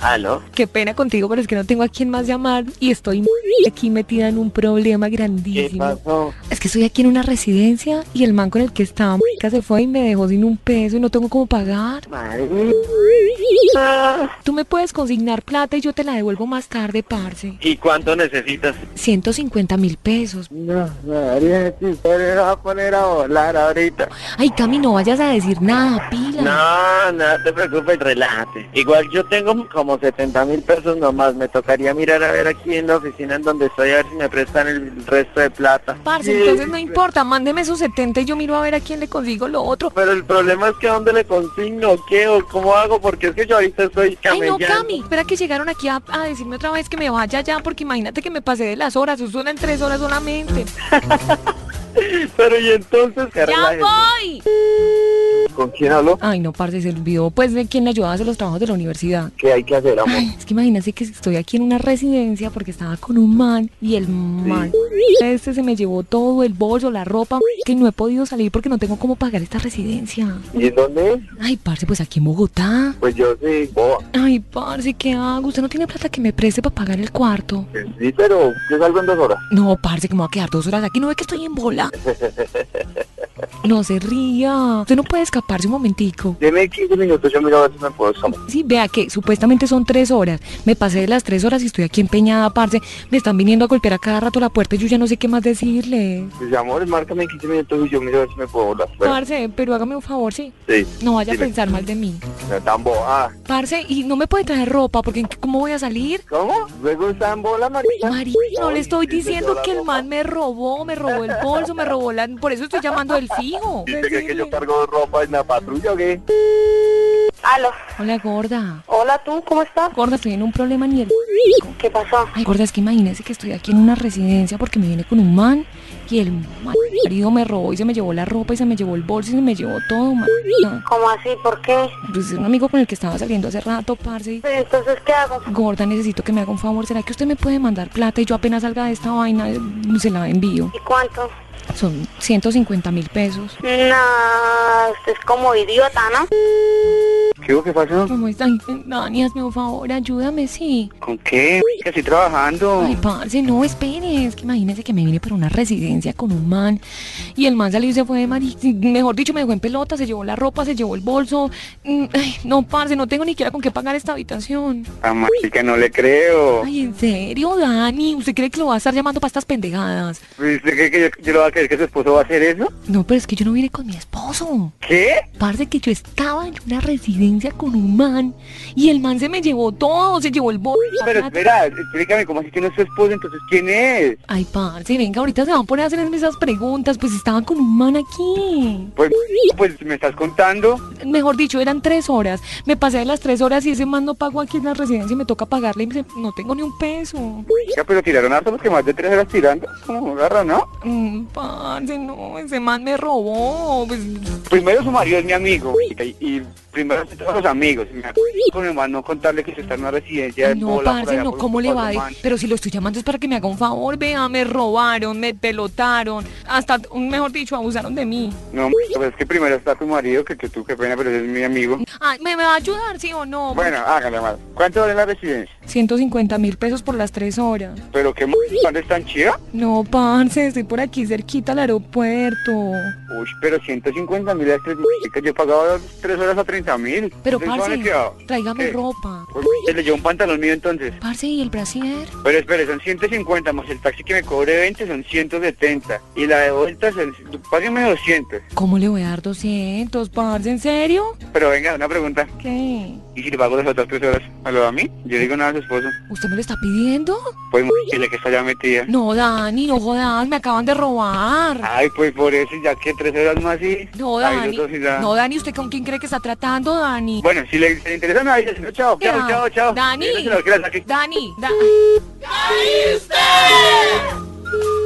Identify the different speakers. Speaker 1: Aló,
Speaker 2: Qué pena contigo, pero es que no tengo a quién más llamar y estoy aquí metida en un problema
Speaker 1: ¿qué
Speaker 2: grandísimo.
Speaker 1: pasó?
Speaker 2: Es que estoy aquí en una residencia y el man con el que estaba marica, se fue y me dejó sin un peso y no tengo cómo pagar.
Speaker 1: Madre mía.
Speaker 2: Tú me puedes consignar plata y yo te la devuelvo más tarde, parce.
Speaker 1: ¿Y cuánto necesitas?
Speaker 2: 150 mil pesos.
Speaker 1: No, madre,
Speaker 2: este
Speaker 1: si me va a poner a volar ahorita.
Speaker 2: Ay, Cami, no vayas a decir nada, pila.
Speaker 1: No, no te preocupes, relájate. Igual yo tengo como 70 mil pesos nomás. Me tocaría mirar a ver aquí en la oficina en donde estoy a ver si me prestan el resto de plata.
Speaker 2: Parce,
Speaker 1: Sí,
Speaker 2: entonces no importa, mándeme sus 70 y yo miro a ver a quién le consigo lo otro.
Speaker 1: Pero el problema es que ¿dónde le consigno? ¿Qué o cómo hago? Porque es que yo ahorita estoy
Speaker 2: Ay, no,
Speaker 1: camellando.
Speaker 2: Cami, espera que llegaron aquí a, a decirme otra vez que me vaya ya, porque imagínate que me pasé de las horas, eso en tres horas solamente.
Speaker 1: Pero y entonces,
Speaker 2: ¡Ya
Speaker 1: Carla,
Speaker 2: voy!
Speaker 1: ¿con quién hablo?
Speaker 2: Ay, no, parce, se olvidó, pues, de quién le ayudaba a hacer los trabajos de la universidad.
Speaker 1: ¿Qué hay que hacer, amor?
Speaker 2: Es que imagínate que estoy aquí en una residencia porque estaba con un man y el man este se me llevó todo el bollo, la ropa, que no he podido salir porque no tengo cómo pagar esta residencia.
Speaker 1: ¿Y en dónde es?
Speaker 2: Ay, parce, pues aquí en Bogotá.
Speaker 1: Pues yo sí, boba.
Speaker 2: Ay, parce, ¿qué hago? ¿Usted no tiene plata que me preste para pagar el cuarto?
Speaker 1: Pues Sí, pero yo salgo en dos horas.
Speaker 2: No, parce, que me voy a quedar dos horas aquí. No ve que estoy en bola. No se ría. Usted no puede escaparse un momentico.
Speaker 1: Deme 15 minutos, yo miro a ver si me puedo escapar.
Speaker 2: Sí, vea que supuestamente son tres horas. Me pasé de las tres horas y estoy aquí empeñada, parce. Me están viniendo a golpear a cada rato la puerta y yo ya no sé qué más decirle.
Speaker 1: Pues amor, márcame 15 minutos y yo miro a ver si me puedo volar. Bueno,
Speaker 2: Parce, pero hágame un favor, sí.
Speaker 1: sí.
Speaker 2: No vaya a
Speaker 1: Dime.
Speaker 2: pensar mal de mí.
Speaker 1: No, tan ah, boba.
Speaker 2: Parce, y no me puede traer ropa porque ¿en qué- ¿cómo voy a salir?
Speaker 1: ¿Cómo? Luego está en bola, María.
Speaker 2: Mari, no le estoy diciendo que el man me robó, me robó el bolso, me robó la... Por eso estoy llamando del fijo.
Speaker 1: ¿Usted cree que
Speaker 2: Decirle.
Speaker 1: yo cargo ropa en la patrulla o qué?
Speaker 3: Aló.
Speaker 2: Hola, gorda.
Speaker 3: Hola, ¿tú cómo estás?
Speaker 2: Gorda, estoy en un problema ni el...
Speaker 3: ¿Qué pasó?
Speaker 2: Ay, gorda, es que imagínese que estoy aquí en una residencia porque me viene con un man y el man- marido me robó y se me llevó la ropa y se me llevó el bolso y se me llevó todo, man.
Speaker 3: ¿Cómo así? ¿Por qué?
Speaker 2: Pues es un amigo con el que estaba saliendo hace rato, parce. y-
Speaker 3: Pero entonces, ¿qué hago?
Speaker 2: Gorda, necesito que me haga un favor. ¿Será que usted me puede mandar plata y yo apenas salga de esta vaina eh, se la envío?
Speaker 3: ¿Y cuánto?
Speaker 2: Son 150 mil pesos.
Speaker 3: No, usted es como idiota, ¿no?
Speaker 1: ¿Qué hubo? ¿Qué pasó?
Speaker 2: ¿Cómo están? Dani, hazme un favor, ayúdame, sí.
Speaker 1: ¿Con qué? Que estoy trabajando.
Speaker 2: Ay, parce, no esperes, que imagínese que me vine para una residencia con un man y el man salió y se fue de mari... Mejor dicho, me dejó en pelota, se llevó la ropa, se llevó el bolso. Mm, Ay, no, parce, no tengo ni siquiera con qué pagar esta habitación.
Speaker 1: A que no le creo.
Speaker 2: Ay, ¿en serio, Dani? ¿Usted cree que lo va a estar llamando para estas pendejadas?
Speaker 1: ¿Usted cree que yo, yo le voy a creer que su esposo va a hacer eso?
Speaker 2: No, pero es que yo no vine con mi esposo.
Speaker 1: ¿Qué?
Speaker 2: Parce, que yo estaba en una residencia con un man y el man se me llevó todo, se llevó el bolso. la
Speaker 4: Pero
Speaker 2: plata.
Speaker 4: espera, explícame cómo así que no es su esposo, entonces ¿quién es?
Speaker 2: Ay, parce, venga, ahorita se van a poner a hacerme esas preguntas, pues estaba con un man aquí.
Speaker 4: Pues, pues me estás contando.
Speaker 2: Mejor dicho, eran tres horas. Me pasé de las tres horas y ese man no pagó aquí en la residencia y me toca pagarle y me dice, no tengo ni un peso.
Speaker 4: Ya, pero tiraron harto porque más de tres horas tirando es como una garra, ¿no?
Speaker 2: Mm, parce, no, ese man me robó. Pues,
Speaker 4: Primero su marido es mi amigo y, y primero son todos los amigos. y me acuerdo Con el man no contarle que se está en una residencia de
Speaker 2: no,
Speaker 4: bola por
Speaker 2: parce,
Speaker 4: allá
Speaker 2: no,
Speaker 4: por
Speaker 2: ¿cómo le va? a
Speaker 4: Puerto
Speaker 2: de-
Speaker 4: Man.
Speaker 2: Pero si lo estoy llamando es para que me haga un favor, vea, me robaron, me pelotaron, hasta, mejor dicho, abusaron de mí.
Speaker 4: No, pues es que primero está tu marido que, que tú, qué pena, pero ese es mi amigo.
Speaker 2: Ay, ¿me, me va a ayudar, sí o no?
Speaker 4: Bueno, hágale mal. ¿Cuánto vale la residencia?
Speaker 2: 150 mil pesos por las tres horas.
Speaker 4: ¿Pero qué m- ¿Cuándo es tan chida?
Speaker 2: No, parce, estoy por aquí cerquita al aeropuerto.
Speaker 4: Uy, pero 150 mil a tres chicas, yo pagaba tres horas a 30 mil.
Speaker 2: Pero,
Speaker 4: Entonces, ¿cuándo
Speaker 2: parce,
Speaker 4: quedaba?
Speaker 2: tráigame
Speaker 4: ¿Qué?
Speaker 2: ropa.
Speaker 4: Pues, Se le llevó un pantalón mío entonces.
Speaker 2: Parce, ¿y el brasier?
Speaker 4: Pero espere, son 150 más el taxi que me cobre 20 son 170. Y la de vuelta son... Págueme 200.
Speaker 2: ¿Cómo le voy a dar 200, parce? ¿En serio?
Speaker 4: Pero venga, una pregunta.
Speaker 2: ¿Qué?
Speaker 4: ¿Y si le pago las otras tres horas? ¿Me lo da a mí? Yo digo nada a su esposo.
Speaker 2: ¿Usted me lo está pidiendo?
Speaker 4: Pues dile que está ya metida.
Speaker 2: No, Dani, no jodas, me acaban de robar.
Speaker 4: Ay, pues por eso ya que tres horas más y...
Speaker 2: No,
Speaker 4: ahí
Speaker 2: Dani.
Speaker 4: los dos y ya.
Speaker 2: No, Dani, ¿usted con quién cree que está tratando, Dani?
Speaker 4: Bueno, si le, si le interesa me avisa. si no, Chao, chao, chao, chao.
Speaker 2: Dani.
Speaker 4: Yo no se lo quiero sacar.
Speaker 2: Dani, da-